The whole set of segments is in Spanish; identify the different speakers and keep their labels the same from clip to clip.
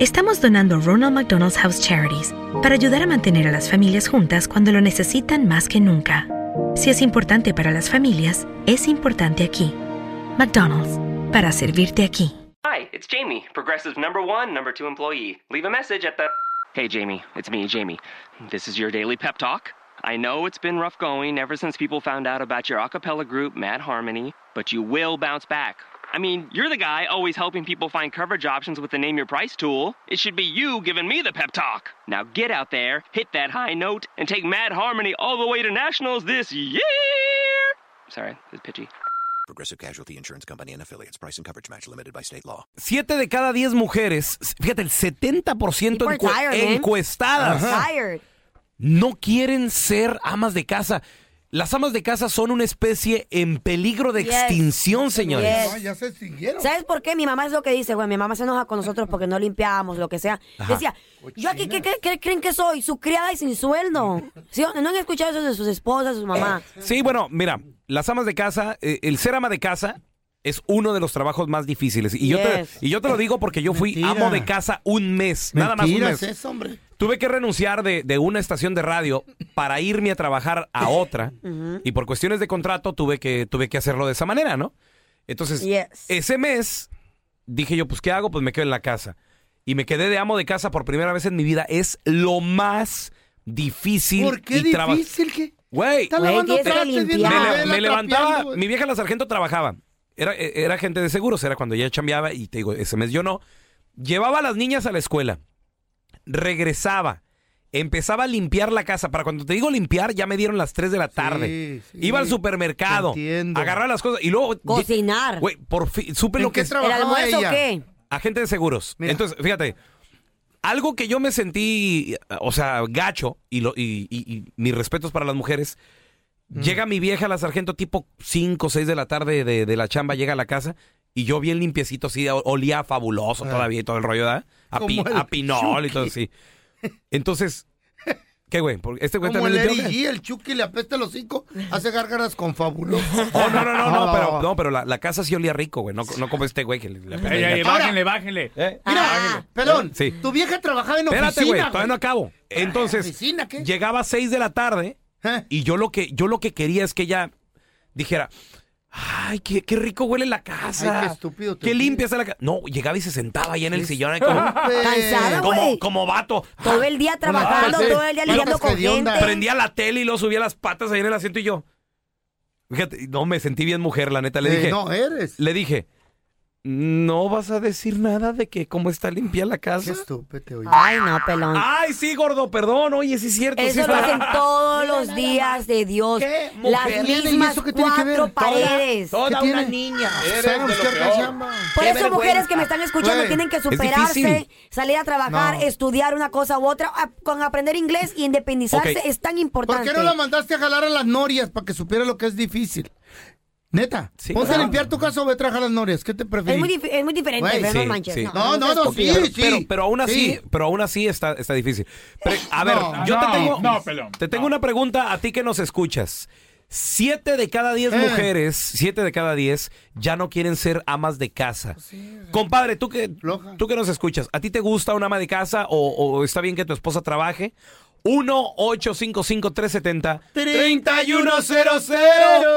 Speaker 1: Estamos donando Ronald McDonald's House Charities para ayudar a mantener a las familias juntas cuando lo necesitan más que nunca. Si es importante para las familias, es importante aquí. McDonald's, para servirte aquí.
Speaker 2: Hi, it's Jamie, Progressive number one, number two employee. Leave a message at the. Hey, Jamie, it's me, Jamie. This is your daily pep talk. I know it's been rough going ever since people found out about your a cappella group, Mad Harmony, but you will bounce back. I mean, you're the guy always helping people find coverage options with the Name Your Price tool. It should be you giving me the pep talk. Now get out there, hit that high note, and take Mad Harmony all the way to nationals this year. Sorry, it's pitchy.
Speaker 3: Progressive Casualty Insurance Company and affiliates. Price and coverage match limited by state law.
Speaker 4: Siete de cada diez mujeres, fíjate, el
Speaker 5: People
Speaker 4: 70%
Speaker 5: are
Speaker 4: encue-
Speaker 5: tired, man.
Speaker 4: encuestadas
Speaker 5: Tired.
Speaker 4: no quieren ser amas de casa. Las amas de casa son una especie en peligro de
Speaker 5: Yes.
Speaker 4: extinción, señores.
Speaker 5: Yes.
Speaker 6: ya se extinguieron.
Speaker 5: ¿Sabes por qué? Mi mamá es lo que dice, güey. Mi mamá se enoja con nosotros porque no limpiamos, lo que sea.
Speaker 4: Ajá.
Speaker 5: Decía, ¿yo aquí qué, qué- qué creen que soy? Su criada y sin sueldo. ¿Sí? o no? ¿No han escuchado eso de sus esposas, de su mamá?
Speaker 4: Sí, bueno, mira, las amas de casa, eh, el ser ama de casa es uno de los trabajos más difíciles. Y, yo, te,
Speaker 5: Yes.
Speaker 4: y yo te lo digo porque yo fui
Speaker 6: Mentira.
Speaker 4: amo de casa un mes, nada más un
Speaker 6: Mentiras
Speaker 4: mes.
Speaker 6: es, hombre.
Speaker 4: Tuve que renunciar de, de una estación de radio para irme a trabajar a otra. Y por cuestiones de contrato tuve que, tuve que hacerlo de esa manera, ¿no? Entonces,
Speaker 5: Yes.
Speaker 4: ese mes dije yo, pues, ¿qué hago? Pues me quedo en la casa. Y me quedé de amo de casa por primera vez en mi vida. Es lo más difícil.
Speaker 6: ¿Por qué
Speaker 4: y traba-
Speaker 6: difícil que
Speaker 4: Güey,
Speaker 6: está
Speaker 5: Güey,
Speaker 6: lavando
Speaker 5: tienes que
Speaker 6: trastes, viendo
Speaker 5: limpiar.
Speaker 4: me,
Speaker 5: Ya.
Speaker 4: le-
Speaker 6: vela,
Speaker 4: me levantaba,
Speaker 6: trapeando,
Speaker 4: mi vieja la sargento trabajaba. Era, era gente de seguros, era cuando ella chambeaba y te digo, ese mes yo no. Llevaba a las niñas a la escuela, regresaba, empezaba a limpiar la casa. Para cuando te digo limpiar, ya me dieron las 3 de la tarde.
Speaker 6: sí,
Speaker 4: Iba al supermercado,
Speaker 6: te entiendo.
Speaker 4: agarraba las cosas y luego...
Speaker 5: Cocinar.
Speaker 4: Güey, por fin, supe
Speaker 6: ¿En
Speaker 4: lo que
Speaker 6: qué
Speaker 4: es
Speaker 5: ¿El
Speaker 6: trabajaba
Speaker 5: almuerzo
Speaker 6: ella?
Speaker 5: qué?
Speaker 4: agente de seguros.
Speaker 6: Mira.
Speaker 4: Entonces, fíjate, algo que yo me sentí, o sea, gacho, y, lo, y, y- y mis respetos para las mujeres,
Speaker 6: Mm.
Speaker 4: llega mi vieja, la sargento, tipo 5 o 6 de la tarde de, de la chamba, llega a la casa. Y yo bien limpiecito, así, o- olía fabuloso todavía y todo el rollo, ¿verdad? A, pi-
Speaker 6: Ah. Como el
Speaker 4: a pinol y todo así. Entonces, ¿qué güey? Porque Este güey
Speaker 6: Como el
Speaker 4: también
Speaker 6: Eric
Speaker 4: limpió, ¿qué?
Speaker 6: G, el Chucky le apesta los cinco, hace gárgaras con fabuloso.
Speaker 4: Oh, no, no, no, no, pero, no, pero la, la casa sí olía rico, güey. No, no como este güey que le, le apesta el
Speaker 7: Ey, ey,
Speaker 4: gacho.
Speaker 7: bájenle, bájenle.
Speaker 4: ¿Eh?
Speaker 6: Mira,
Speaker 5: Ah.
Speaker 6: perdón,
Speaker 4: Sí.
Speaker 6: tu vieja trabajaba en oficina.
Speaker 4: Espérate, güey, todavía
Speaker 6: güey. Ah,
Speaker 4: no acabo. Entonces,
Speaker 6: ¿oficina qué?
Speaker 4: llegaba a 6 de la tarde
Speaker 6: ¿Eh?
Speaker 4: y yo lo que yo lo que quería es que ella dijera, "Ay, qué, qué rico huele la casa."
Speaker 6: Ay, qué estúpido te
Speaker 4: Qué
Speaker 6: fui.
Speaker 4: limpia está la casa. No, llegaba y se sentaba ahí en el sillón ahí como
Speaker 5: Cansada,
Speaker 4: como,
Speaker 5: güey.
Speaker 4: como vato.
Speaker 5: Todo el día trabajando,
Speaker 6: Ah, sí.
Speaker 5: todo el día
Speaker 6: Bueno,
Speaker 5: lidiando
Speaker 6: pues,
Speaker 5: con
Speaker 6: qué onda.
Speaker 5: gente.
Speaker 4: Prendía la tele y lo subía las patas ahí en el asiento y yo. Fíjate, no me sentí bien mujer, la neta, le
Speaker 6: Eh,
Speaker 4: dije.
Speaker 6: no eres.
Speaker 4: Le dije, "No vas a decir nada de que cómo está limpia la
Speaker 6: Qué
Speaker 4: casa."
Speaker 6: estúpido, oye.
Speaker 5: Ay, no, pelón.
Speaker 4: Ay, sí, gordo, perdón. Oye, sí es cierto, sí
Speaker 5: Eso lo
Speaker 4: está-
Speaker 5: hacen todos los días de Dios.
Speaker 4: ¿Qué
Speaker 5: Las
Speaker 4: mujer?
Speaker 6: Mira, ¿y eso
Speaker 5: mismas
Speaker 6: qué tiene que ver?
Speaker 5: cuatro
Speaker 6: Toda-
Speaker 5: paredes.
Speaker 4: toda
Speaker 6: ¿Qué
Speaker 4: una
Speaker 6: tiene?
Speaker 4: niña.
Speaker 6: Sabe buscar cachamba.
Speaker 5: Por
Speaker 4: Qué
Speaker 5: eso, mujeres
Speaker 4: vergüenza.
Speaker 5: que me están escuchando
Speaker 6: Güey,
Speaker 5: tienen que
Speaker 4: es difícil.
Speaker 5: superarse, salir a trabajar,
Speaker 6: No.
Speaker 5: estudiar una cosa u otra. a- con aprender inglés y independizarse
Speaker 4: Ok.
Speaker 5: es tan
Speaker 6: ¿Por
Speaker 5: importante.
Speaker 6: qué no la mandaste a jalar a las norias para que supiera lo que es difícil? Neta,
Speaker 4: Sí.
Speaker 6: ponte a
Speaker 4: No.
Speaker 6: limpiar tu casa o ve a trabajar las norias. ¿Qué te
Speaker 5: Es
Speaker 6: prefieres?
Speaker 5: muy, dif- es muy diferente,
Speaker 6: Güey,
Speaker 5: pero
Speaker 4: sí,
Speaker 5: no manches.
Speaker 4: sí.
Speaker 6: No, no, no, sí,
Speaker 4: Pero,
Speaker 6: sí.
Speaker 4: pero, pero aún así,
Speaker 6: Sí.
Speaker 4: pero aún así está, está difícil. Pero, a ver,
Speaker 6: No,
Speaker 4: yo
Speaker 7: no,
Speaker 4: te tengo,
Speaker 7: no, pelón,
Speaker 4: te tengo
Speaker 7: no.
Speaker 4: una pregunta a ti que nos escuchas. Siete de cada diez
Speaker 6: Eh.
Speaker 4: mujeres, siete de cada diez, ya no quieren ser amas de casa.
Speaker 6: Pues
Speaker 4: Compadre, tú que,
Speaker 6: Floja.
Speaker 4: tú que nos escuchas, ¿a ti te gusta una ama de casa o, o está bien que tu esposa trabaje? 1-855-370-3100.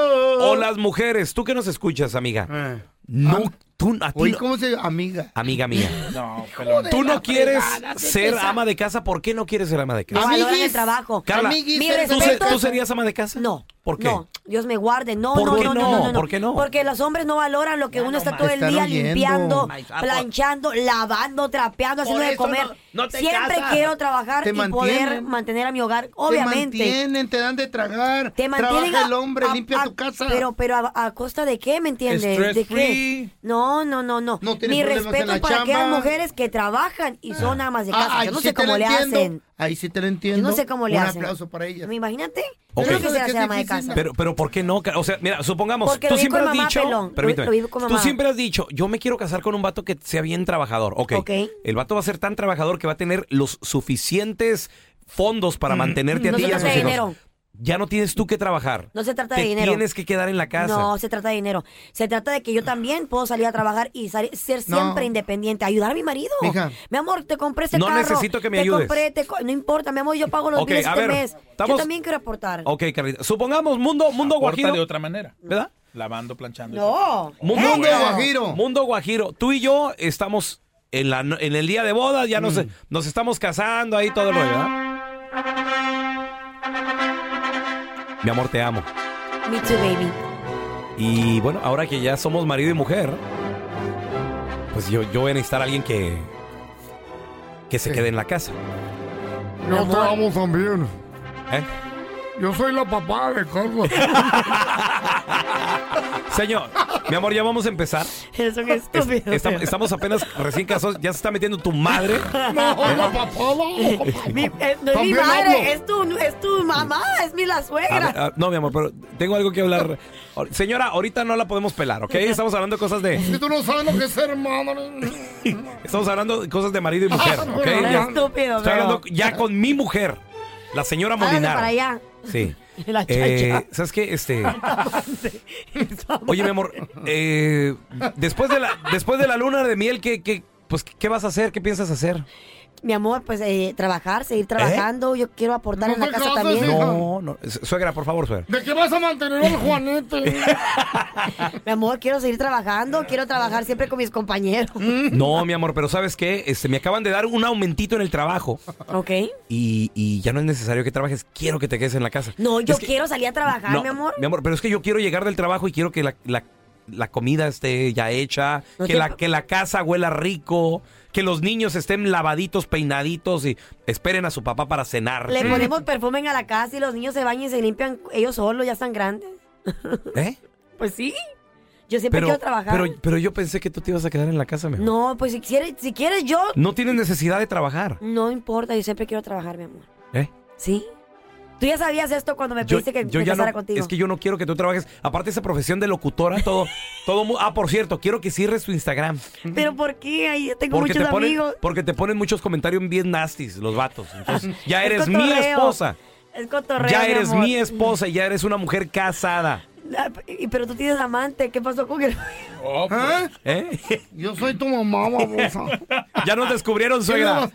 Speaker 4: O las mujeres, tú que nos escuchas, amiga.
Speaker 6: Eh.
Speaker 4: No,
Speaker 6: Am-
Speaker 4: tú, a ti
Speaker 6: Oye,
Speaker 4: no-
Speaker 6: ¿cómo se Amiga.
Speaker 4: Amiga mía.
Speaker 7: No, pelón.
Speaker 4: Tú no quieres ser ama de casa. ¿Por qué no quieres ser ama de
Speaker 5: No
Speaker 4: casa?
Speaker 5: valoran
Speaker 6: Amiguis.
Speaker 5: el trabajo.
Speaker 4: Carla,
Speaker 6: Amiguis,
Speaker 5: Mi
Speaker 6: eres-
Speaker 4: ¿Tú, se-
Speaker 5: respeto.
Speaker 4: tú serías ama de casa?
Speaker 5: No.
Speaker 4: ¿Por qué?
Speaker 5: No, Dios me guarde. No,
Speaker 4: ¿Por
Speaker 5: no,
Speaker 4: qué
Speaker 5: no,
Speaker 4: no?
Speaker 5: no, no, no.
Speaker 4: ¿Por qué no?
Speaker 5: Porque los hombres no valoran lo que uno está todo el
Speaker 6: Están
Speaker 5: día
Speaker 6: oyendo.
Speaker 5: limpiando,
Speaker 4: Ay, sapo.
Speaker 5: planchando, lavando, trapeando, haciendo de
Speaker 4: eso
Speaker 5: comer.
Speaker 4: no- no te
Speaker 5: Siempre
Speaker 4: casas.
Speaker 5: quiero trabajar
Speaker 6: Te
Speaker 5: y poder
Speaker 6: mantienen.
Speaker 5: mantener a mi hogar,
Speaker 6: Te
Speaker 5: obviamente.
Speaker 6: mantienen, te dan de tragar.
Speaker 5: Te mantienen
Speaker 6: Trabaja
Speaker 5: a-
Speaker 6: el hombre,
Speaker 5: a-
Speaker 6: limpia
Speaker 5: a-
Speaker 6: tu casa.
Speaker 5: Pero, pero a, a costa de qué, ¿me entiendes?
Speaker 7: Stress
Speaker 5: ¿De qué?
Speaker 7: free.
Speaker 5: No, no, no, no.
Speaker 6: No tienes
Speaker 5: Mi
Speaker 6: problemas en
Speaker 5: respeto
Speaker 6: la
Speaker 5: es para aquellas
Speaker 6: chamba.
Speaker 5: mujeres que trabajan y son amas de
Speaker 6: Ah,
Speaker 5: casa.
Speaker 6: ahí
Speaker 5: Yo no
Speaker 6: sí
Speaker 5: sé
Speaker 6: te
Speaker 5: cómo
Speaker 6: la
Speaker 5: le
Speaker 6: entiendo.
Speaker 5: hacen.
Speaker 6: Ahí sí te lo
Speaker 5: Yo
Speaker 6: entiendo.
Speaker 5: no sé cómo le
Speaker 6: Un
Speaker 5: hacen.
Speaker 6: aplauso para ellas.
Speaker 5: Imagínate.
Speaker 4: Ok.
Speaker 5: Yo no quisiera
Speaker 6: ¿Sabes
Speaker 5: ser
Speaker 6: qué
Speaker 5: ama de
Speaker 6: difícil?
Speaker 5: casa.
Speaker 4: Pero, pero ¿por qué no? O sea, mira, supongamos,
Speaker 5: Porque
Speaker 4: tú
Speaker 5: lo vi
Speaker 4: siempre
Speaker 5: con
Speaker 4: has
Speaker 5: mamá,
Speaker 4: dicho,
Speaker 5: pelón. Lo-
Speaker 4: permíteme,
Speaker 5: lo vi con
Speaker 4: tú
Speaker 5: mamá.
Speaker 4: siempre has dicho, yo me quiero casar con un vato que sea bien trabajador. Ok.
Speaker 5: Ok.
Speaker 4: El vato va a ser tan trabajador que va a tener los suficientes fondos
Speaker 7: Mm.
Speaker 4: para mantenerte a
Speaker 5: No
Speaker 4: ti
Speaker 5: se
Speaker 4: y a
Speaker 5: trata
Speaker 4: sus
Speaker 5: de
Speaker 4: hijos.
Speaker 5: dinero.
Speaker 4: Ya no tienes tú que trabajar.
Speaker 5: No se trata
Speaker 4: Te
Speaker 5: de dinero.
Speaker 4: Tienes que quedar en la casa.
Speaker 5: No, se trata de dinero. Se trata de que yo también puedo salir a trabajar y sali- ser
Speaker 6: No.
Speaker 5: siempre independiente, ayudar a mi marido.
Speaker 6: Mija.
Speaker 5: Mi amor, te compré este
Speaker 4: No
Speaker 5: carro.
Speaker 4: necesito que me
Speaker 5: te
Speaker 4: ayudes.
Speaker 5: Compré, te co- no importa, mi amor, yo pago los
Speaker 4: Ok,
Speaker 5: bienes
Speaker 4: a
Speaker 5: este
Speaker 4: ver,
Speaker 5: mes. Yo
Speaker 4: estamos- Oh.
Speaker 5: también quiero aportar.
Speaker 4: Ok, Carlita. Supongamos, mundo, mundo
Speaker 7: Aporta
Speaker 4: guajiro.
Speaker 7: de otra manera.
Speaker 4: ¿Verdad?
Speaker 7: Lavando, planchando. y
Speaker 5: No.
Speaker 4: Mundo
Speaker 5: Eso.
Speaker 6: guajiro.
Speaker 4: Mundo Guajiro, tú y yo estamos en, la no- en el día de bodas, ya nos, nos estamos casando ahí todo el rollo, ¿eh? ¿verdad? Mi amor, te amo.
Speaker 5: Me too, baby.
Speaker 4: Y bueno, ahora que ya somos marido y mujer, pues yo, yo voy a necesitar a alguien que, que se quede en la casa.
Speaker 6: Yo te amo también.
Speaker 4: ¿eh?
Speaker 6: Yo soy la papá de Carlos.
Speaker 4: Señor, mi amor, ya vamos a empezar.
Speaker 5: Eres un estúpido.
Speaker 4: Estam- estamos apenas recién casados, ya se está metiendo tu madre.
Speaker 6: No, la papá. no.
Speaker 5: Mi- eh, no es mi
Speaker 6: También hablo.
Speaker 5: madre, es tu, es tu mamá, es mi la
Speaker 4: A
Speaker 5: suegra.
Speaker 4: ver, a- no, mi amor, pero tengo algo que hablar. O- Señora, ahorita no la podemos pelar, ¿ok? Estamos hablando de cosas de.
Speaker 6: Si tú no sabes lo que es ser madre.
Speaker 4: Estamos hablando de cosas de marido y mujer, ¿ok?
Speaker 5: No,
Speaker 4: Ya-
Speaker 5: estúpido,
Speaker 4: estoy
Speaker 5: pero-
Speaker 4: hablando ya con mi mujer, la señora
Speaker 5: Hágase
Speaker 4: Molinar.
Speaker 5: Ah, para allá.
Speaker 4: Sí.
Speaker 5: La
Speaker 4: Eh, ¿Sabes qué? Este. Oye, mi amor, eh, después, de la, después de la luna de miel, ¿qué, qué, pues, ¿qué vas a hacer? ¿Qué piensas hacer?
Speaker 5: Mi amor, pues eh, trabajar, seguir trabajando. Yo quiero aportar
Speaker 6: No
Speaker 5: en la
Speaker 6: te
Speaker 5: casa
Speaker 6: cases,
Speaker 5: también.
Speaker 6: hija.
Speaker 4: No, no. Suegra, por favor, suegra.
Speaker 6: ¿De qué vas a mantener al Juanete?
Speaker 5: Mi amor, quiero seguir trabajando. Quiero trabajar siempre con mis compañeros.
Speaker 6: Mm.
Speaker 4: No, mi amor, pero ¿sabes qué? Este, me acaban de dar un aumentito en el trabajo.
Speaker 5: ¿Ok?
Speaker 4: y, y ya no es necesario que trabajes, quiero que te quedes en la casa.
Speaker 5: No, yo
Speaker 4: Es que-
Speaker 5: quiero salir a trabajar,
Speaker 4: No,
Speaker 5: Ah, mi amor.
Speaker 4: Mi amor, pero es que yo quiero llegar del trabajo y quiero que la, la- la comida esté ya hecha,
Speaker 5: No
Speaker 4: que,
Speaker 5: te-
Speaker 4: la, que la casa huela rico, que los niños estén lavaditos, peinaditos y esperen a su papá para cenar.
Speaker 5: Le ponemos perfume a la casa y los niños se bañan y se limpian ellos solos, ya están grandes.
Speaker 4: ¿Eh?
Speaker 5: Pues sí. Yo siempre
Speaker 4: Pero,
Speaker 5: quiero trabajar.
Speaker 4: pero, pero yo pensé que tú te ibas a quedar en la casa, mi amor.
Speaker 5: No, pues si quieres, si quieres yo,
Speaker 4: No tienes necesidad de trabajar,
Speaker 5: no importa, yo siempre quiero trabajar, mi amor.
Speaker 4: ¿eh?
Speaker 5: ¿Sí? Tú ya sabías esto cuando me pediste que me
Speaker 4: ya
Speaker 5: casara
Speaker 4: no,
Speaker 5: contigo.
Speaker 4: Es que yo no quiero que tú trabajes. Aparte, esa profesión de locutora, todo, todo. mu- Ah, por cierto, quiero que cierres tu Instagram.
Speaker 5: Pero ¿por qué? Ahí yo tengo
Speaker 4: Porque
Speaker 5: muchos
Speaker 4: te, ponen,
Speaker 5: amigos.
Speaker 4: porque te ponen muchos comentarios bien nasties los vatos. Entonces, ya
Speaker 5: Es
Speaker 4: eres mi
Speaker 5: cotorreo.
Speaker 4: esposa.
Speaker 5: Es cotorreo.
Speaker 4: ya
Speaker 5: mi
Speaker 4: eres
Speaker 5: amor.
Speaker 4: mi esposa y ya eres una mujer casada.
Speaker 5: Ah, y- Pero tú tienes amante, ¿qué pasó con él?
Speaker 7: todo. Oh, pues,
Speaker 6: ¿Eh?
Speaker 4: ¿eh?
Speaker 6: Yo soy tu mamá, babosa.
Speaker 4: ya nos descubrieron, suegra.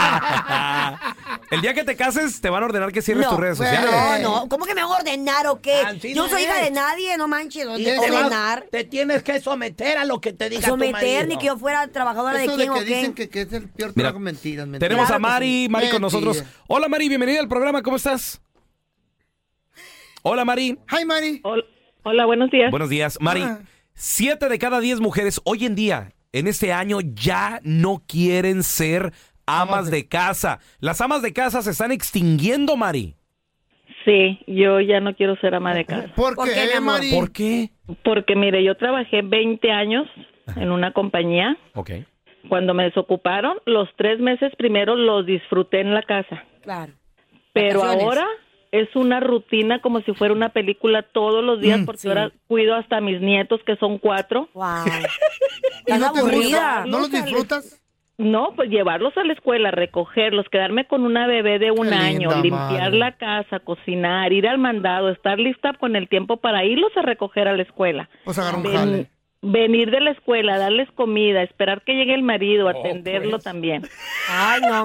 Speaker 4: El día que te cases, te van a ordenar que cierres
Speaker 5: No,
Speaker 4: tus redes
Speaker 6: bueno,
Speaker 4: sociales.
Speaker 5: No, no, ¿cómo que me van a ordenar o qué?
Speaker 8: Así
Speaker 5: Yo no soy
Speaker 8: es.
Speaker 5: hija de nadie, no manches,
Speaker 8: Y te vas-
Speaker 5: ordenar,
Speaker 8: Te tienes que someter a lo que te diga tu
Speaker 5: someter,
Speaker 8: marido.
Speaker 5: ni que yo fuera trabajadora de
Speaker 6: Eso
Speaker 5: quién
Speaker 6: de
Speaker 5: o
Speaker 6: que dicen
Speaker 5: qué.
Speaker 6: que, que es el peor
Speaker 4: Mira,
Speaker 6: trabajo, mentiras, mentiras.
Speaker 4: Tenemos a
Speaker 5: Claro que
Speaker 4: Mari,
Speaker 6: sí.
Speaker 4: Mari con nosotros.
Speaker 6: Mentira.
Speaker 4: Hola Mari, bienvenida al programa, ¿cómo estás? Hola Mari,
Speaker 6: Hi, Mari.
Speaker 9: Hol- Hola, buenos días.
Speaker 4: buenos días. Mari,
Speaker 6: Ah.
Speaker 4: siete de cada diez mujeres hoy en día, en este año, ya no quieren ser amas de casa. Las amas de casa se están extinguiendo, Mari.
Speaker 9: Sí, yo ya no quiero ser ama de casa.
Speaker 6: ¿Por,
Speaker 5: ¿Por
Speaker 6: qué,
Speaker 5: qué, mi amor?
Speaker 6: Mari?
Speaker 4: ¿Por qué?
Speaker 9: Porque mire, yo trabajé 20 años en una compañía.
Speaker 4: Ok.
Speaker 9: Cuando me desocuparon, los tres meses primero los disfruté en la casa.
Speaker 5: Claro.
Speaker 9: Pero
Speaker 5: Vacaciones.
Speaker 9: ahora es una rutina como si fuera una película todos los
Speaker 4: Mm.
Speaker 9: días porque ahora cuido hasta a mis nietos que son cuatro.
Speaker 5: Wow.
Speaker 6: ¿Y no te gusta? ¿No los disfrutas?
Speaker 9: No, pues llevarlos a la escuela, recogerlos, quedarme con una bebé de un
Speaker 6: Qué
Speaker 9: año,
Speaker 6: linda
Speaker 9: limpiar
Speaker 6: madre.
Speaker 9: la casa, cocinar, ir al mandado, estar lista con el tiempo para irlos a recoger a la escuela.
Speaker 6: Pues agarra un
Speaker 9: Ven-
Speaker 6: jale.
Speaker 9: venir de la escuela, darles comida, esperar que llegue el
Speaker 6: Oh,
Speaker 9: marido, atenderlo
Speaker 4: pues.
Speaker 9: también.
Speaker 5: Ay, no.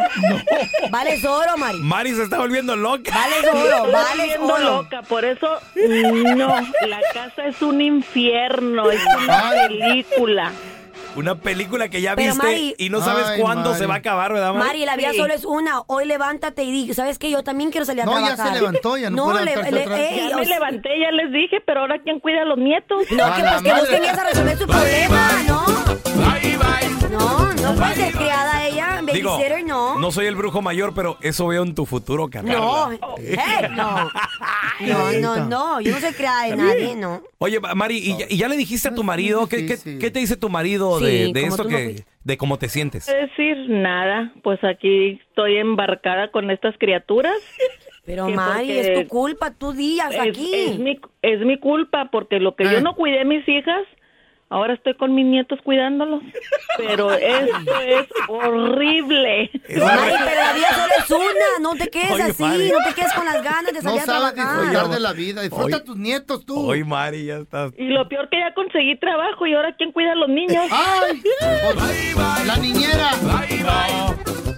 Speaker 5: Vales oro, Mari.
Speaker 4: Mari se está volviendo loca.
Speaker 5: Vales oro,
Speaker 9: Estoy
Speaker 5: vales
Speaker 9: volviendo
Speaker 5: oro.
Speaker 9: loca, por eso no, la casa es un infierno, es una
Speaker 6: Ay.
Speaker 9: película.
Speaker 4: Una película que ya
Speaker 5: Pero,
Speaker 4: viste
Speaker 5: Mari-
Speaker 4: y no sabes
Speaker 6: Ay,
Speaker 4: cuándo
Speaker 6: Mari.
Speaker 4: se va a acabar, ¿verdad, Mari?
Speaker 5: Mari, la vida
Speaker 9: Sí.
Speaker 5: solo es una. Hoy levántate y di, ¿sabes qué? Yo también quiero salir a
Speaker 6: No, ya
Speaker 5: trabajar.
Speaker 6: se levantó, ya no puede
Speaker 5: le-
Speaker 6: levantarse
Speaker 5: le-
Speaker 6: otra vez.
Speaker 5: ey,
Speaker 9: Ya
Speaker 5: o
Speaker 9: me
Speaker 5: sea,
Speaker 9: levanté, ya les dije, pero ahora quién cuida a los nietos?
Speaker 5: No, que
Speaker 6: A la
Speaker 5: pues que
Speaker 6: madre.
Speaker 5: busquen ellas a resolver su problema, ¿no?
Speaker 4: Bye, bye.
Speaker 5: No, no puede ser criada ella,
Speaker 4: Digo,
Speaker 5: babysitter, no.
Speaker 4: no soy el brujo mayor, pero eso veo en tu futuro, Carla.
Speaker 5: No, eh, no. No, no, no, yo no soy criada de nadie, no.
Speaker 4: Oye, Ma- Mari, ¿y ya, y ya le dijiste a tu marido? ¿Qué, qué,
Speaker 6: difícil.
Speaker 4: qué te dice tu marido
Speaker 5: Sí,
Speaker 4: de, de
Speaker 5: como
Speaker 4: esto
Speaker 5: tú no
Speaker 4: que,
Speaker 5: fuiste.
Speaker 4: de cómo te sientes?
Speaker 9: decir nada, pues aquí estoy embarcada con estas criaturas.
Speaker 5: Pero
Speaker 9: Que
Speaker 5: Mari,
Speaker 9: porque-
Speaker 5: es tu culpa, tú días
Speaker 9: Es, es
Speaker 5: aquí. Ah.
Speaker 9: mi, es mi culpa porque lo que yo no cuidé a mis hijas, ahora estoy con mis nietos cuidándolos. Pero esto es horrible.
Speaker 5: Mari, pero la vida solo es una, no te quedes
Speaker 4: Oye,
Speaker 5: así,
Speaker 4: Mari.
Speaker 5: no te quedes con las ganas de
Speaker 6: No
Speaker 5: salir a
Speaker 6: sabes disfrutar de
Speaker 5: trabajar.
Speaker 6: la vida. Disfruta a tus nietos, tú.
Speaker 4: Hoy, Mari, ya estás.
Speaker 9: Y lo peor que ya conseguí trabajo y ahora quién cuida a los niños.
Speaker 6: ¡Ay! ¡La niñera!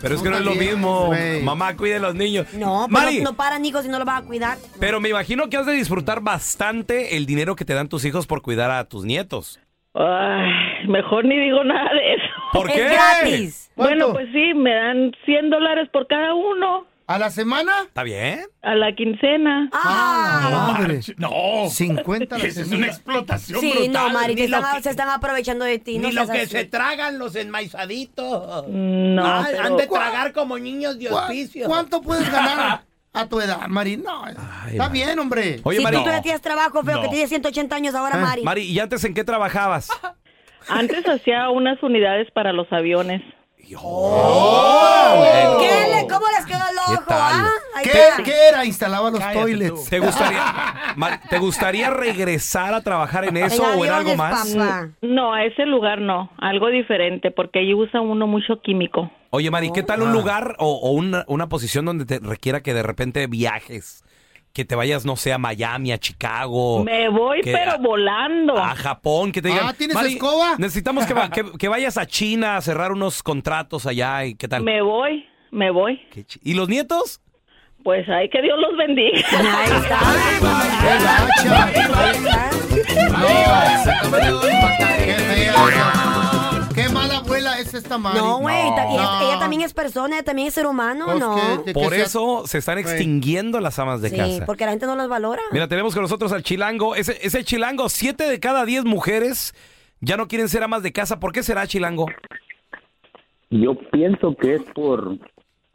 Speaker 4: Pero es
Speaker 6: Tú
Speaker 4: que no es lo
Speaker 6: también,
Speaker 4: mismo.
Speaker 6: güey.
Speaker 4: Mamá, cuide a los niños.
Speaker 5: No, pero
Speaker 4: Mari,
Speaker 5: no, no paran hijos si no lo vas a cuidar.
Speaker 4: pero me imagino que has de disfrutar bastante el dinero que te dan tus hijos por cuidar a tus nietos.
Speaker 9: Ay, mejor ni digo nada de eso.
Speaker 4: ¿Por
Speaker 5: es
Speaker 4: qué?
Speaker 5: gratis.
Speaker 6: ¿Cuánto?
Speaker 9: Bueno, pues sí, me dan 100 dólares por cada uno
Speaker 6: ¿A la semana?
Speaker 4: ¿Está bien?
Speaker 9: a la quincena.
Speaker 5: Ah,
Speaker 6: ¡Madre!
Speaker 7: No.
Speaker 6: 50 a la
Speaker 7: Esa es una
Speaker 6: semana.
Speaker 7: explotación
Speaker 5: sí,
Speaker 7: brutal.
Speaker 5: no, Mari, te
Speaker 8: ni lo
Speaker 5: están-
Speaker 8: que-
Speaker 5: se están aprovechando de ti. no
Speaker 8: Ni lo
Speaker 5: seas
Speaker 8: que
Speaker 5: así.
Speaker 8: se tragan los enmaizaditos.
Speaker 9: No,
Speaker 8: Ah,
Speaker 9: pero-
Speaker 8: Han de tragar como niños de
Speaker 6: ¿Cuá-
Speaker 8: hospicio.
Speaker 6: ¿Cuánto puedes ganar a tu edad, Mari? No, está
Speaker 4: Mari.
Speaker 6: bien, hombre.
Speaker 4: Oye,
Speaker 5: si
Speaker 4: Mari, Eh,
Speaker 5: tú todavía tienes trabajo, feo, que
Speaker 7: No.
Speaker 5: tienes 180 años ahora, Mari.
Speaker 4: Ah, Mari, ¿y antes en qué trabajabas?
Speaker 9: Antes hacía unas unidades para los aviones.
Speaker 8: Oh,
Speaker 5: ¿Qué le, ¿Cómo les quedó el ojo,
Speaker 4: tal?
Speaker 5: ah? Ahí
Speaker 6: ¿Qué,
Speaker 5: está.
Speaker 6: qué era? Instalaba los
Speaker 7: Cállate
Speaker 6: toilets.
Speaker 4: ¿Te gustaría, Mari, ¿Te gustaría regresar a trabajar en eso o en algo
Speaker 5: aviones,
Speaker 4: más?
Speaker 5: papá.
Speaker 9: Mm, No, a ese lugar no, algo diferente, porque ahí usa uno mucho químico.
Speaker 4: Oye, Mari, ¿qué tal un
Speaker 6: Ah.
Speaker 4: lugar o, o una, una posición donde te requiera que de repente viajes? Que te vayas, no sé, a Miami, a Chicago.
Speaker 9: Me voy,
Speaker 4: que-
Speaker 9: pero
Speaker 4: Oh, a-
Speaker 9: volando.
Speaker 4: A Japón, que te digan.
Speaker 6: Ah, ¿tienes
Speaker 4: "Mari,
Speaker 6: escoba?"
Speaker 4: Necesitamos que, va- que- que vayas a China a cerrar unos contratos allá y qué tal.
Speaker 9: Me voy, me voy.
Speaker 4: Qué chi- ¿Y los nietos?
Speaker 9: Pues ay, que Dios los bendiga.
Speaker 5: Ahí está.
Speaker 6: ¡Qué gacha!
Speaker 5: Ahí está.
Speaker 6: ¡No! ¡Qué fea! ¡Qué mala abuela es esta, Mari!
Speaker 5: No, güey. ta- Ella,
Speaker 6: No.
Speaker 5: ella también es persona, ella también es ser humano,
Speaker 6: Pues
Speaker 5: ¿no?
Speaker 6: que- de que
Speaker 4: Por
Speaker 6: sea-
Speaker 4: eso se están extinguiendo las amas de
Speaker 5: Sí,
Speaker 4: casa.
Speaker 5: porque la gente no las valora.
Speaker 4: Mira, tenemos con nosotros al chilango. Ese, ese chilango, siete de cada diez mujeres ya no quieren ser amas de casa. ¿Por qué será chilango?
Speaker 10: Yo pienso que es por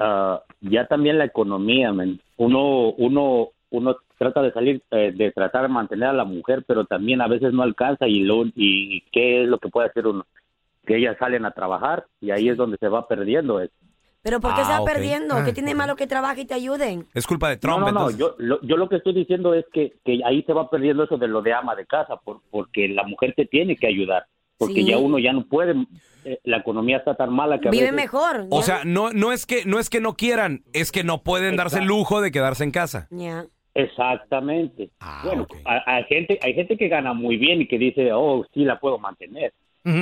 Speaker 10: ah, ya también la economía, men. Uno, uno, uno trata de salir, eh, de tratar de mantener a la mujer, pero también a veces no alcanza y lo, y, y qué es lo que puede hacer uno, que ellas salen a trabajar y ahí es donde se va perdiendo eso.
Speaker 5: Pero ¿por qué se
Speaker 4: Ah,
Speaker 5: va
Speaker 4: ok.
Speaker 5: perdiendo? ¿Qué tiene de malo que trabaje y te ayuden?
Speaker 4: Es culpa de
Speaker 10: No,
Speaker 4: Trump.
Speaker 10: no, no,
Speaker 4: entonces.
Speaker 10: yo lo, yo lo que estoy diciendo es que, que ahí se va perdiendo eso de lo de ama de casa, por, porque la mujer te tiene que ayudar, porque
Speaker 5: Sí.
Speaker 10: ya uno ya no puede, eh, la economía está tan mala que a
Speaker 5: Vive
Speaker 10: veces-
Speaker 5: mejor.
Speaker 4: O
Speaker 5: ¿ya?
Speaker 4: sea, no, no es que no es que no quieran, es que no pueden darse el lujo de quedarse en casa.
Speaker 5: Ya.
Speaker 10: Exactamente.
Speaker 4: Ah,
Speaker 10: bueno,
Speaker 4: ok.
Speaker 10: a- hay gente, hay gente que gana muy bien y que dice, oh, sí la puedo mantener.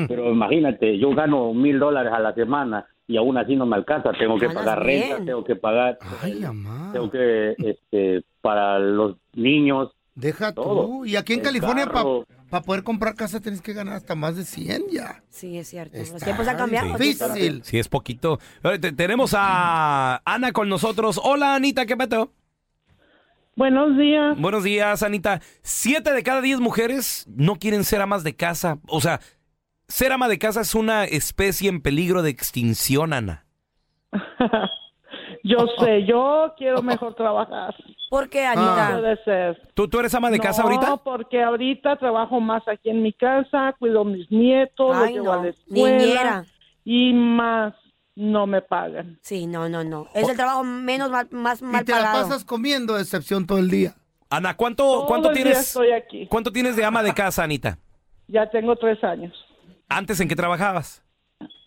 Speaker 10: Pero imagínate, yo gano mil dólares a la semana y aún así no me alcanza. Tengo que
Speaker 5: Ganas
Speaker 10: pagar renta,
Speaker 5: bien.
Speaker 10: tengo que pagar,
Speaker 6: ¡Ay, amá!
Speaker 10: tengo que, este, para los niños.
Speaker 6: Deja
Speaker 10: Todo.
Speaker 6: tú. Y aquí en
Speaker 10: El
Speaker 6: California, para
Speaker 10: carro.
Speaker 6: poder comprar casa, tienes que ganar hasta más de 100 ya.
Speaker 5: Sí, es cierto. Los
Speaker 6: Está
Speaker 5: tiempos han cambiado. Tito.
Speaker 6: Difícil.
Speaker 4: Sí, es poquito. Ahora, te- tenemos a Ana con nosotros. Hola, Anita, ¿qué pato?
Speaker 9: Buenos días.
Speaker 4: Buenos días, Anita. Siete de cada diez mujeres no quieren ser amas de casa. O sea, ser ama de casa es una especie en peligro de extinción, Ana.
Speaker 9: Yo sé, yo quiero mejor trabajar. Ah.
Speaker 5: ¿Por qué, Anita?
Speaker 9: Puede ser.
Speaker 4: ¿Tú, tú eres ama de casa ahorita?
Speaker 9: No, porque ahorita trabajo más aquí en mi casa, cuido a mis nietos, los
Speaker 5: Ay,
Speaker 9: llevo a
Speaker 5: no.
Speaker 9: la escuela
Speaker 5: Niñera.
Speaker 9: y más. no me pagan.
Speaker 5: Sí, no, no, no. Es el trabajo menos mal, más mal
Speaker 6: Y te la
Speaker 5: pagado.
Speaker 6: pasas comiendo, excepción todo el día.
Speaker 4: Ana, ¿cuánto,
Speaker 6: Todo
Speaker 4: cuánto
Speaker 6: el día
Speaker 4: tienes?
Speaker 6: estoy
Speaker 4: ¿Cuánto tienes de ama de casa, Anita?
Speaker 9: Ya tengo tres años.
Speaker 4: Antes en qué trabajabas?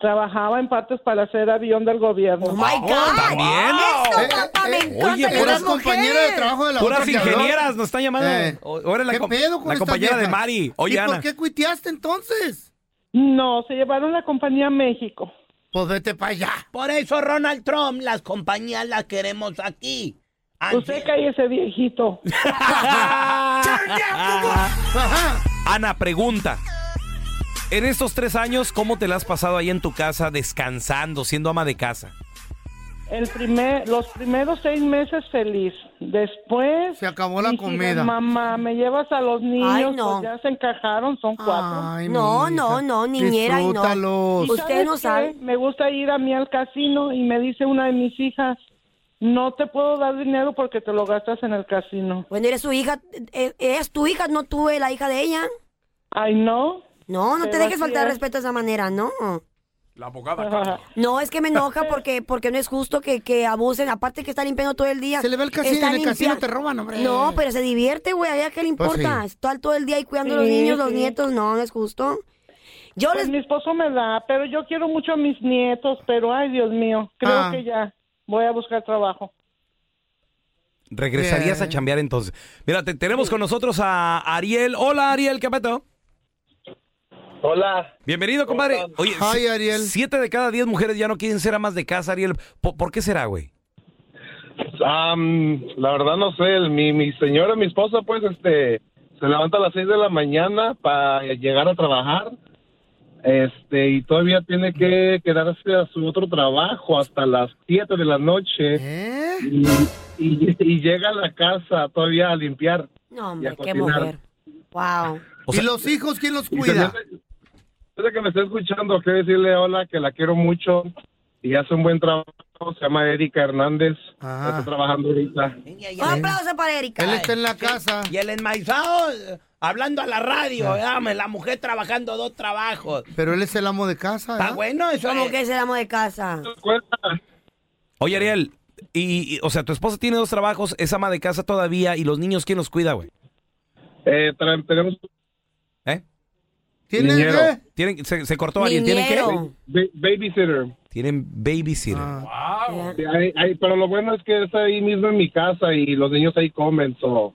Speaker 9: Trabajaba en partes para hacer avión del gobierno. ¡Oh,
Speaker 5: my
Speaker 4: God! ¿También?
Speaker 6: Eh, eh, Oye, puras compañeras de trabajo de la
Speaker 4: Puras
Speaker 6: otra que habló.
Speaker 4: ingenieras nos están llamando.
Speaker 6: Eh,
Speaker 4: O- o eres la
Speaker 6: ¿Qué
Speaker 4: com-
Speaker 6: pedo con
Speaker 4: la
Speaker 6: estas
Speaker 4: compañera de
Speaker 6: viejas?
Speaker 4: Mari. Oye,
Speaker 6: ¿Y
Speaker 4: Ana.
Speaker 6: por qué cuiteaste entonces?
Speaker 9: No, se llevaron la compañía a México.
Speaker 6: Pues vete para allá.
Speaker 8: Por eso, Ronald Trump, las compañías las queremos aquí.
Speaker 9: Usted cállese, viejito.
Speaker 4: Ah. Ana, pregunta. En estos tres años, ¿cómo te la has pasado ahí en tu casa descansando, siendo ama de casa?
Speaker 9: El primer, los primeros seis meses feliz. Después. Se acabó
Speaker 6: la comida.
Speaker 9: Mamá, me llevas a los niños.
Speaker 5: Ay, no.
Speaker 9: pues ya se encajaron, son cuatro.
Speaker 5: No, no, no, niñera y no. Disfrútalos.
Speaker 9: ¿Y
Speaker 5: Usted
Speaker 9: sabes
Speaker 5: no
Speaker 9: qué?
Speaker 5: sabe.
Speaker 9: Me gusta ir a mí al casino y me dice una de mis hijas. No te puedo dar dinero porque te lo gastas en el casino.
Speaker 5: Bueno, eres su hija, eh, es tu hija, no tú, eh, la hija de ella.
Speaker 9: Ay, no.
Speaker 5: No, no te
Speaker 9: Pero
Speaker 5: dejes
Speaker 9: así
Speaker 5: faltar
Speaker 9: es.
Speaker 5: respeto de esa manera, ¿no?
Speaker 4: La
Speaker 5: No, es que me enoja porque porque no es justo que, que abusen. Aparte que está limpiando todo el día.
Speaker 6: Se le va el casino,
Speaker 5: Está
Speaker 6: en el casino
Speaker 5: limpiando-
Speaker 6: te roban, hombre.
Speaker 5: No, pero se divierte, güey. ¿A ella qué le
Speaker 6: Pues
Speaker 5: importa?
Speaker 6: sí.
Speaker 5: Está todo el día ahí cuidando a los
Speaker 9: Sí,
Speaker 5: niños, los
Speaker 9: sí.
Speaker 5: nietos. No, no es justo. Yo
Speaker 9: Pues mi esposo me da, pero yo quiero mucho a mis nietos, pero ay, Dios mío, creo
Speaker 4: Ah.
Speaker 9: que ya voy a buscar trabajo.
Speaker 4: Regresarías a chambear entonces. Mira, te- tenemos con nosotros a Ariel. Hola, Ariel, ¿qué pasó?
Speaker 11: Hola.
Speaker 4: Bienvenido, compadre. Oye, si- siete de cada diez mujeres ya no quieren ser amas de casa, Ariel. ¿Por, por qué será, güey?
Speaker 11: Am, la verdad no sé, el- mi, mi señora, mi esposa, pues, este, se levanta a las 6 de la mañana para llegar a trabajar, este, y todavía tiene que quedarse a su otro trabajo hasta las 7 de la noche. Y, y- y llega a la casa todavía a limpiar.
Speaker 5: No,
Speaker 11: y
Speaker 5: hombre,
Speaker 11: a
Speaker 5: qué
Speaker 11: cocinar.
Speaker 5: mujer. Wow.
Speaker 6: ¿Y los hijos quién los
Speaker 11: Y
Speaker 6: cuida?
Speaker 11: también, desde que me está escuchando, quiero decirle hola, que la quiero mucho y hace un buen trabajo. Se llama Erika Hernández. Está trabajando ahorita.
Speaker 5: Un aplauso para Erika.
Speaker 6: Él está en la casa.
Speaker 8: Y el enmaizado eh, hablando a la radio. dame, la mujer trabajando dos trabajos.
Speaker 6: Pero él es el amo de casa. ¿eh?
Speaker 8: Está
Speaker 6: ¿verdad?
Speaker 8: bueno eso.
Speaker 5: ¿Cómo que es el amo de casa?
Speaker 4: Oye, Ariel, y, y- o sea, tu esposa tiene dos trabajos, es ama de casa todavía, y los niños, ¿quién los cuida, güey?
Speaker 11: Eh, tra- tenemos.
Speaker 4: ¿Eh?
Speaker 11: ¿Tienen Niñero. qué?
Speaker 4: Tienen- se, se cortó Ariel, ¿tienen qué?
Speaker 11: Ba- ba- babysitter.
Speaker 4: Tienen babysitter.
Speaker 6: Ah.
Speaker 4: Ah.
Speaker 11: Sí, hay- hay- pero lo bueno es que está ahí mismo en mi casa y los niños ahí comen. so-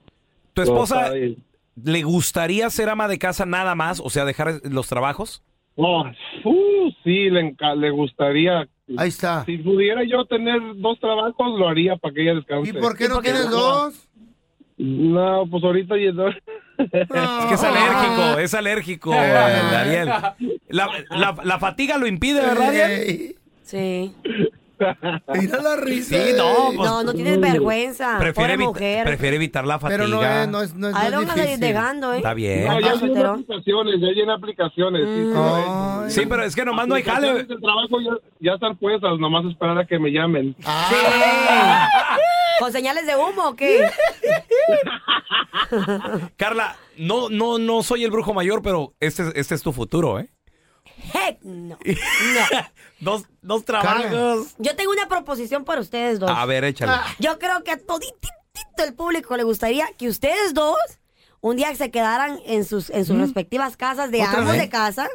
Speaker 4: ¿Tu
Speaker 11: so
Speaker 4: esposa
Speaker 11: está bien.
Speaker 4: le gustaría ser ama de casa nada más? O sea, dejar los trabajos.
Speaker 11: Oh, uh, sí, le, enca- le gustaría.
Speaker 6: Ahí está.
Speaker 11: Si pudiera yo tener dos trabajos, lo haría para que ella descanse.
Speaker 6: ¿Y por qué no tienes dos?
Speaker 11: No, pues ahorita y dos.
Speaker 4: Es que es alérgico, es alérgico, Ariel. La, la- la fatiga lo impide, ¿verdad, Ariel?
Speaker 5: Sí.
Speaker 6: Mira la risa.
Speaker 4: Sí, no, pues-
Speaker 5: No, no tienes vergüenza.
Speaker 4: Prefiere,
Speaker 5: Pobre
Speaker 4: evit-
Speaker 5: mujer.
Speaker 4: prefiere evitar la fatiga.
Speaker 6: Pero no
Speaker 5: eh,
Speaker 6: es, no es, no es, no
Speaker 5: Ahí
Speaker 6: es
Speaker 5: lo van a salir
Speaker 6: difícil.
Speaker 5: dejando, ¿eh?
Speaker 4: Está bien.
Speaker 11: No, ya
Speaker 5: Ah,
Speaker 11: llené
Speaker 5: solterón.
Speaker 11: aplicaciones, ya llené aplicaciones. sí, todo eso.
Speaker 4: Sí, pero es que nomás no hay jale.
Speaker 11: Aplicaciones del trabajo ya, ya están puestas, nomás esperar a que me llamen.
Speaker 6: Ah,
Speaker 5: ¿Con señales de humo o qué?
Speaker 4: Carla, no, no, no soy el brujo mayor, pero este, es- este es tu futuro, ¿eh?
Speaker 5: Heck no.
Speaker 4: Dos, dos trabajos.
Speaker 5: Yo tengo una proposición para ustedes dos. Ah.
Speaker 4: A ver, échala.
Speaker 5: Yo creo que a toditito el público le gustaría que ustedes dos un día se quedaran en sus, en sus respectivas casas de
Speaker 4: Mm. ¿Otra
Speaker 5: ambos
Speaker 4: vez?
Speaker 5: de casa.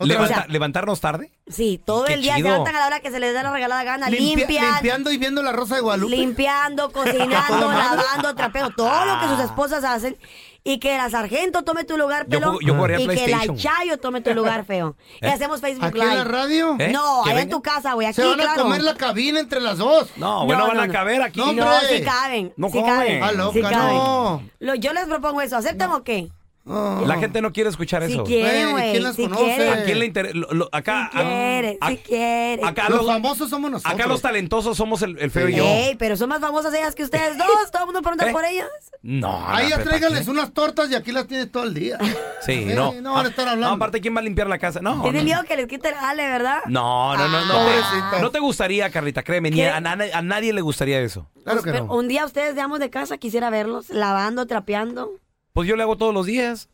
Speaker 4: Levanta- ¿Levantarnos tarde?
Speaker 5: Sí, todo
Speaker 4: Qué
Speaker 5: el día
Speaker 4: chido.
Speaker 5: se levantan a la hora que se les da la regalada gana.
Speaker 6: Limpia-
Speaker 5: limpian,
Speaker 6: Limpiando y viendo la rosa de Guadalupe.
Speaker 5: limpiando, cocinando, lavando, trapeando, todo lo
Speaker 6: Ah.
Speaker 5: que sus esposas hacen. Y que la sargento tome tu lugar,
Speaker 4: Ah. Yo
Speaker 5: pelón.
Speaker 4: juego- yo jugaría
Speaker 5: y que la
Speaker 4: PlayStation.
Speaker 5: chayo tome tu lugar, feo. Y
Speaker 4: ¿Eh?
Speaker 5: hacemos Facebook
Speaker 4: ¿Aquí en
Speaker 5: Live.
Speaker 4: la radio? ¿Eh?
Speaker 5: No,
Speaker 4: ¿Que
Speaker 5: allá en
Speaker 4: venga?
Speaker 5: tu casa, güey. Aquí,
Speaker 6: Se van a
Speaker 5: claro.
Speaker 6: comer la cabina entre las dos.
Speaker 4: No, bueno, van a caber aquí.
Speaker 5: No,
Speaker 6: hombre.
Speaker 5: sí caben.
Speaker 4: No
Speaker 5: sí
Speaker 4: joven.
Speaker 5: caben.
Speaker 4: Ah, loca,
Speaker 5: sí caben.
Speaker 4: no.
Speaker 5: Lo- yo les propongo eso. ¿Aceptan o qué?
Speaker 6: Oh.
Speaker 4: La gente no quiere escuchar
Speaker 5: Si
Speaker 4: eso.
Speaker 5: quiere, Güey, güey, ¿quién las si conoce? quiere.
Speaker 4: ¿A quién le interesa? Acá, a-
Speaker 5: Quiere, si quiere.
Speaker 4: ah, acá los,
Speaker 6: somos
Speaker 4: Acá los talentosos somos el, el feo y yo. ¿Eh?
Speaker 5: Ey, pero son más famosas ellas que ustedes dos. Todo el mundo pregunta por ellas.
Speaker 4: No,
Speaker 6: A
Speaker 4: no,
Speaker 6: ellas
Speaker 4: pero
Speaker 6: tráiganles
Speaker 4: ¿para
Speaker 6: unas tortas y aquí las tienes todo el día.
Speaker 4: qué? Sí, no. Ah,
Speaker 6: no van a estar hablando.
Speaker 4: No, aparte, ¿quién va a limpiar la casa? No.
Speaker 5: Tienen
Speaker 4: no.
Speaker 5: miedo que les quite el ale, ¿verdad?
Speaker 4: No, no, no, no.
Speaker 5: Pobrecito.
Speaker 4: No te gustaría, Carlita, créeme, ni
Speaker 5: ¿Qué?
Speaker 4: a, a nadie- a nadie le gustaría eso.
Speaker 6: Claro
Speaker 5: Pues, Pero Un día ustedes de amos de casa quisiera verlos lavando, trapeando.
Speaker 4: Pues yo le hago todos los días.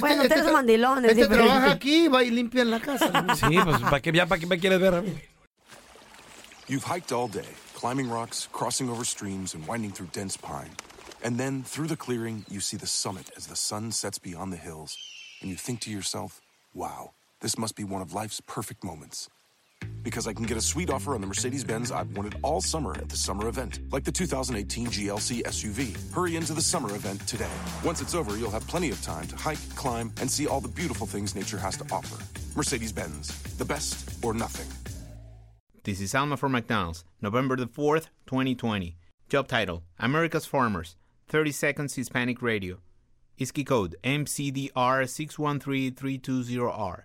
Speaker 5: bueno, ustedes son mandilones.
Speaker 6: Este
Speaker 5: diferente.
Speaker 6: trabaja aquí, va y limpia en la casa.
Speaker 4: Sí, pues ¿para qué, ya, ¿para qué me quieres ver?
Speaker 3: You've hiked all day, climbing rocks, crossing over streams, and winding through dense pine. And then, through the clearing, you see the summit as the sun sets beyond the hills, and you think to yourself, wow, this must be one of life's perfect moments. Because I can get a sweet offer on the Mercedes Benz I've wanted all summer at the summer event, like the 2018 GLC SUV. Hurry into the summer event today. Once it's over, you'll have plenty of time to hike, climb, and see all the beautiful things nature has to offer. Mercedes Benz, the best or nothing.
Speaker 12: This is Alma for McDonald's, November the 4th, 2020. Job title America's Farmers, 30 Seconds Hispanic Radio. ISKI code MCDR613320R.